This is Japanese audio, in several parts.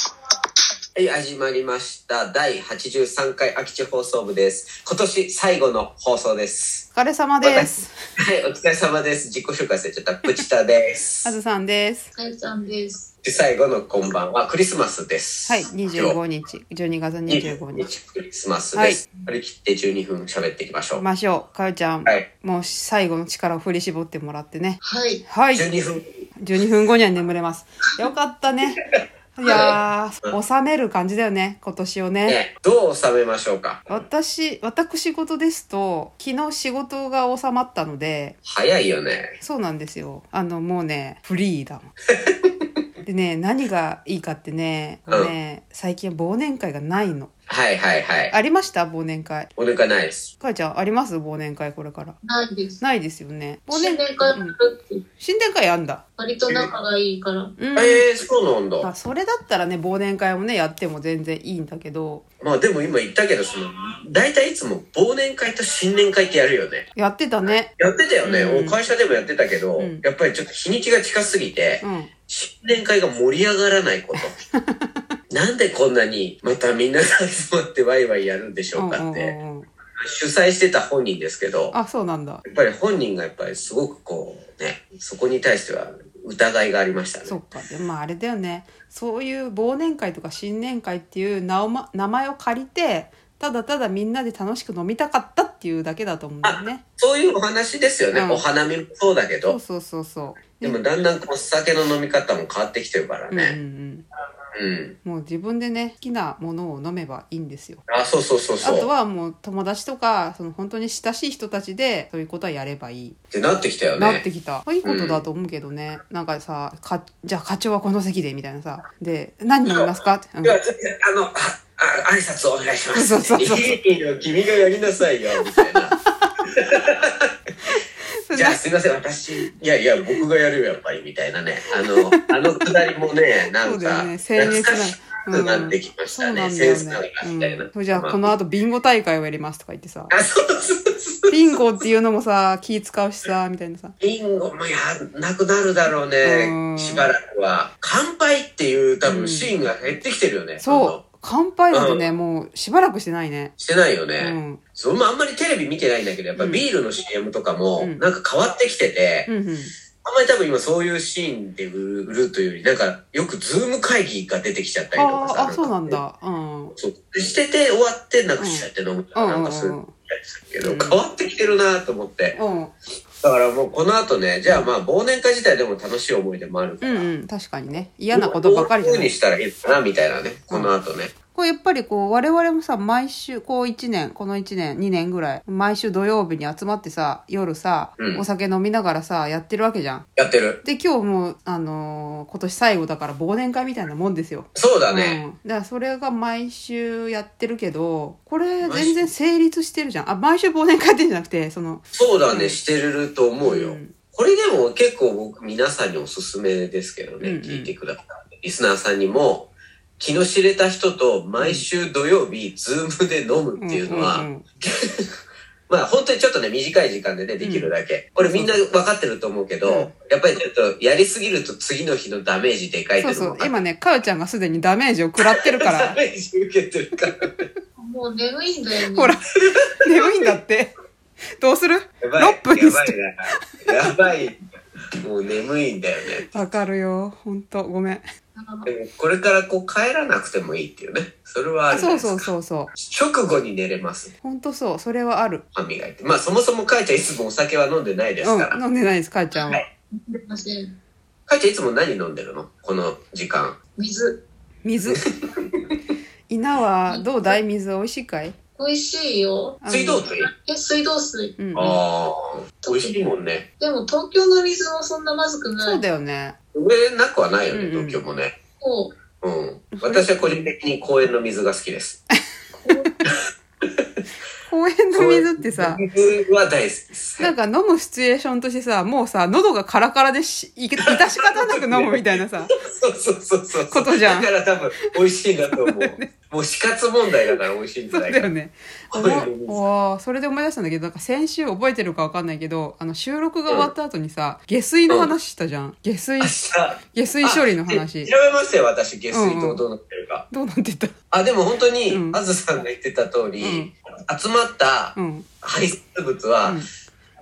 はい、始まりました。第83回空き地放送部です。今年最後の放送です。お疲れ様です。はい、お疲れ様です。自己紹介されちゃった。プチタで あす。ずさんです。かえちゃんです。で最後のこんばんは、クリスマスです。はい、25日、12月25 25日。日クリスマスです。割り切って12分喋っていきましょう。ましょう。かよちゃん、はい。もう最後の力を振り絞ってもらってね。はい。はい、 12分。 12分後には眠れます。よかったね。いやー、収める感じだよね、今年をね。ね、どう収めましょうか。私、私事ですと、昨日仕事が収まったので、早いよね。そうなんですよ。あの、もうね、フリーだも ん。でね、何がいいかってね、うんね、最近忘年会がないの。はいはいはい。ありました忘年会。お腹ないです。かいちゃんあります忘年会これからないです。ないですよね忘新年会もうんやるって、新年会あんだ割と仲がいいから。うんえー、そうなんまだあ。それだったらね忘年会もねやっても全然いいんだけどまあでも今言ったけど、その、大体いつも忘年会と新年会ってやるよね。やってたねやってたよね。うんお会社でもやってたけど、うんやっぱりちょっと日にちが近すぎて、うん新年会が盛り上がらないこと。 なんでこんなにまたみんなで集まってワイワイやるんでしょうかって、うんうんうんうん主催してた本人ですけど、やあそうなんだっぱり本人がやっぱりすごくこうね、そこに対しては疑いがありましたそね。っかでまああれだよねそういう忘年会とか新年会っていう名を、ま、名前を借りてただただみんなで楽しく飲みたかったっていうだけだと思うんだよねそういうお話ですよね。うんお花見もそうだけそどう、そうそうそうでねもだんだんこう酒の飲み方も変わってきてるからうんうんうね。んうん。もう自分でね好きなものを飲めばいいんですよあ、そうそうそうあとそう。っはもう友達とかその本当に親しい人たちでそういうことはやればいい、てなってきたよなってね。きたいいことだと思うけどね、なんかさかじゃあ課長はこの席でみたいなさで何飲みますかって、うんいや、あの、あ、あ、挨拶をお願いします。そうそうそういいよ、君がやりなさいよ、み たいな。じゃあ、すいません、私、いやいや、僕がやるよ、やっぱり、みたいなね。あ の、あのくだりもね、なそんうだか、よね懐僭越かなしくなってきましそたうね。なんだよセンスがあるみたいねな。、うん、じゃあこまの後ビンゴ大会をやりますとか言ってさあ、あそうそうそう。ビンゴっていうのもさ気使うしさみたいなさビンゴもやなくなるだろううね、んしばらくは。乾杯っていう多う分んシーンが減ってきてるよね。どんどんそう乾杯だとね、もうしばらくしてないねしてないよね。うんそう、まあ、あんまりテレビ見てないんだけど、やっぱうんビールの CM とかもう、んなんか変わってきてて、うんうんあんまり多分今そういうシーンで売る売るというより、なんかよくズーム会議が出てきちゃったりとかあさ。ーあそうなん。だうんそう。してて終わってなくしちゃって飲むとか、うんうなんんかうそういうんけど、うん変わってきてるなと思って。うんうんだからもうこの後ね、じゃあまあ忘年会自体でも楽しい思い出もあるかうら。んうん、確かにね嫌なことばかりじどうゃいう風なにいしたらいいかなみたいなね、この後ね。これやっぱりこう我々もさ毎週こう1年この1年2年ぐらい毎週土曜日に集まってさ夜さ、うんお酒飲みながらさやってるわけじゃんやってる。で今日もうあのー今年最後だから忘年会みたいなもんですよそうだね。うん、だからそれが毎週やってるけどこれ全然成立してるじゃんあ毎週忘年会ってんじゃなくてそのそうだね、うんしてると思うよ。うんこれでも結構僕皆さんにおすすめですけどね、うんうん聞いてください。リスナーさんにも、気の知れた人と毎週土曜日、ズームで飲むっていうのは、んんんまあ本当にちょっとね、短い時間でね、できるだけ。これみんな分かってると思うけど、うんやっぱりちょっとやりすぎると次の日のダメージでかいっそてういうのそもうある今ねかよちゃんがすでにダメージを食らってるかダらメージ受けてるから。もう眠いんだよね。ほ ら眠いんだってどうするやばい。 6分にやばしいな。やばい。もう眠いんだよね。わかるよ本当ごめんあでもこれからこう帰らなくてもいいっていうね。それはあるじゃなそいうですそうか。そうそう直後に寝れます。本当そうそれはある歯磨いて。まあそもそもかいちゃんいつもお酒は飲んでないですから。うん飲んでないですかいちゃんは、はいの。すいません。かいちゃんいつも何飲んでるのこの時間。水。 水稲はどうだい水美味しいかい美味しいよ。あの水道水、え、水道水。うん、うん、ああ、美味しいもんね。でも東京の水もそんなまずくない。そうだよね上なくはないよね、うんうん東京もね。もううん。私は個人的に公園の水が好きです。公園の 水ってさ公園の水は大好きです。なんか飲むシチュエーションとしてさもうさ喉がカラカラでしい致し方なく飲むみたいなさそうそうそうそう。ことじゃん だから多分美味しいんだと思う。もう死活問題だから美味しいんじ そゃうないだかよね。おいわあそれで思い出したんだけどなんか先週覚えてるかわかんないけどあの収録が終わった後にさ下水の話したじゃん下水明日下水処理のあ話調べましたよ私下水道どうなってるか、どうなってたあでも本当に、うんあずさんが言ってた通り、うん集まったうん、排出物は、うん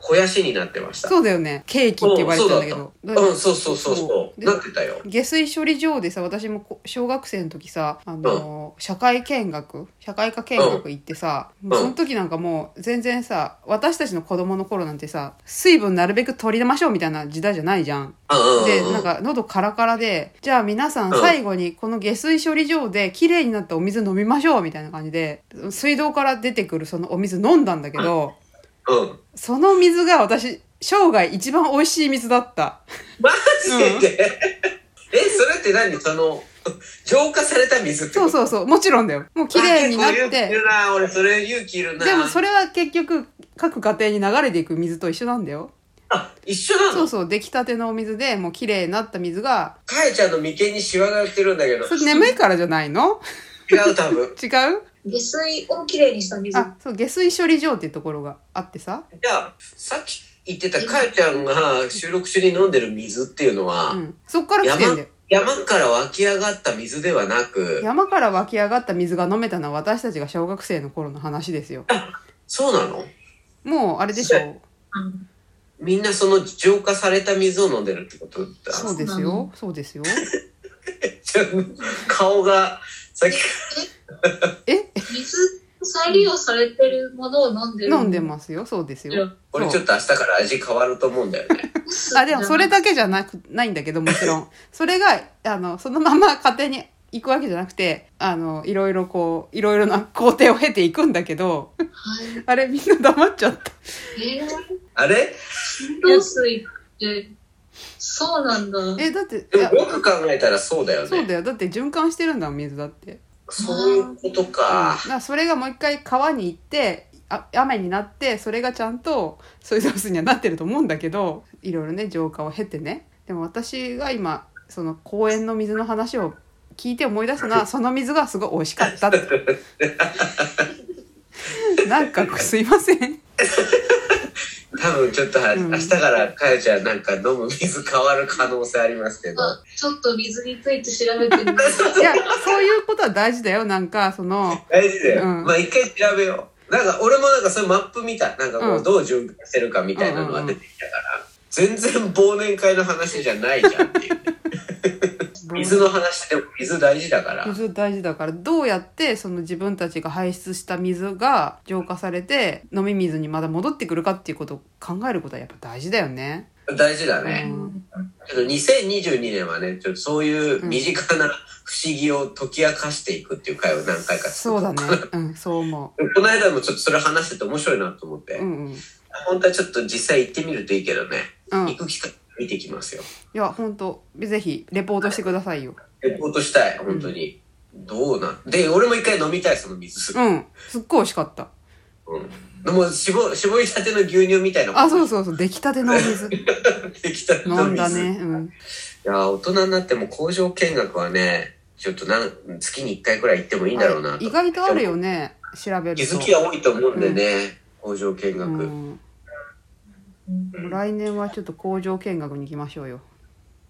肥やしになってましたそうだよねケーキって言われてたんだけどうんそうだったうんそうそうそうそうでなってたよ下水処理場でさ私もこ小学生の時さあの、社会見学社会科見学行ってさ、んその時なんかもう全然さ私たちの子供の頃なんてさ水分なるべく取りましょうみたいな時代じゃないじゃん。うんうんでうんなんか喉カラカラでじゃあ皆さんうん最後にこの下水処理場で綺麗になったお水飲みましょうみたいな感じで水道から出てくるそのお水飲んだんだけどうんその水が私生涯一番美味しい水だった。マジで、えそれって何その浄化された水ってそううそうそうもちろんだよ。もう綺麗になって。結構勇気いるな俺それ勇気いるなでもそれは結局各家庭に流れていく水と一緒なんだよ。あ一緒なのそうそう、出来たてのお水でもう綺麗になった水が、かえちゃんの眉間にシワが寄ってるんだけどそれ眠いからじゃないの違う多分違う下水をきれいにした水。あ、そう、下水処理場っていうところがあってさ。じゃあさっき言ってたかえちゃんが収録中に飲んでる水っていうのは、うん。そっから来てんだ山よ。山から湧き上がった水ではなく山から湧き上がった水が飲めたのは私たちが小学生の頃の話ですよ。そうなのもうあれでしょうんみんなその浄化された水を飲んでるってことだそうですよ。そうですよ。ちょっと 顔がさっきかえ水、再利用されてるものを飲んでる。飲んでますよ。そうですよ。らこれちょっと明日から味変わると思うんだよねすあでもそれだ。だけじゃなくないんだけどもちろんそれがあのそのまま家庭に行くわけじゃなくてあのいろいろこういろいろな工程を経ていくんだけどはい。あれみんな黙っちゃったえー、あれ水道水って、そうなんだ。えだっていでやもよく考えたらそうだよねそうだよだって循環してるんだもん水だって、うん、そういうことだか、からそれがもう一回川に行ってあ雨になってそれがちゃんとソイソースにはなってると思うんだけどいろいろね浄化を経てねでも私が今その公園の水の話を聞いて思い出すのはその水がすごい美味しかったって なんかすいません。多分ちょっとは、うん明日からかやちゃんなんか飲む水変わる可能性ありますけど、あちょっと水について調べて みます。いや、そういうことは大事だよ。なんか、その、大事だよ、うんまあ一回調べようなんか俺もなんかそういうマップ見たなんかこうんうどう準備してるかみたいなのが出てきたから、全然忘年会の話じゃないじゃんっ ていう水の話でも水大事だから水大事だから、どうやってその自分たちが排出した水が浄化されて、飲み水にまだ戻ってくるかっていうことを考えることはやっぱ大事だよね。大事だうね、んちょっと2022年はねちょっとそういう身近な不思議を解き明かしていくっていう回を何回かそうだね。うん、そう思この間もちょっとそれ話してて面白いなと思って、う。うんうん。本当はちょっと実際行ってみるといいけどね、うん。行いく機会見てきますよや、ほんと、ぜひ、レポートしてくださいよ。レポートしたい本当に、どうなんで俺も一回飲みたいその水、うん。すっごい美味しかった。うん、もう絞絞りたての牛乳みたいなあ、そうそうそう。出来たてのお 水。できたての水飲んだね。うん。いやー大人になっても工場見学はねちょっとなん月に1回くらい行ってもいいんだろうなあとれ意外とあるよね。調べる気と。づきは多いと思うんでね、工場見学、うんもう来年はちょっと工場見学に行きましょうよ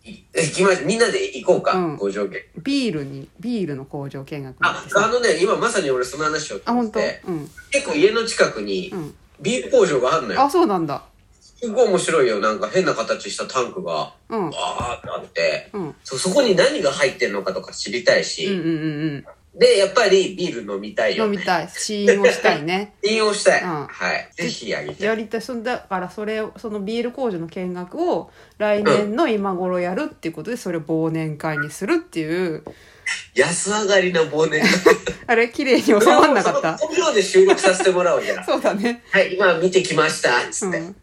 い行きまみんなで行こうか、うん工場見学ビールにビールの工場見学に行っあてあさのね今まさに俺その話をあ聞本い当てうん結構家の近くにうんビール工場があるのよあそうなんだすごい面白いよなんか変な形したタンクがうんうんわーってあってうんそそこに何が入ってるのかとか知りたいし、うんうんでやっぱりビール飲みたいうんよ飲みねたい試飲をしたいね飲用したい、うんはいぜひあげてやりたいそんだからそれをそのビール工場の見学を来年の今頃やるっていうことでそれを忘年会にするっていう安上がりな忘年 あれ綺麗に収会まんなかったその5秒で収録させてもらおうじ ゃんそうだねはい今見てきましたうつって、ん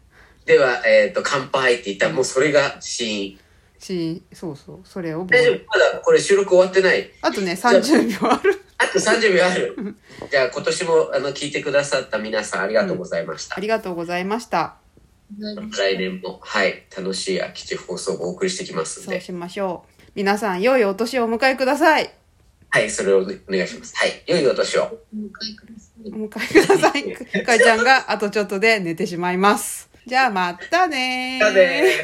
では、えっと乾杯って言ったらもうそれがシーンしそうそうそれを忘大丈夫まだこれ収録終わってないあとね30秒あるあと30秒あるじゃあ今年もあの聞いてくださった皆さんありがとうございました、ありがとうございました来年も、はい、楽しい空き地放送をお送りしてきますんそうで。しましょう。皆さん、良いお年をお迎えください。はい、それをお願いします。はい、良いお年を。お迎えくださいお。迎えくださ い。かいちゃんがあとちょっとで寝てしまいます。じゃあまたねーじゃあねー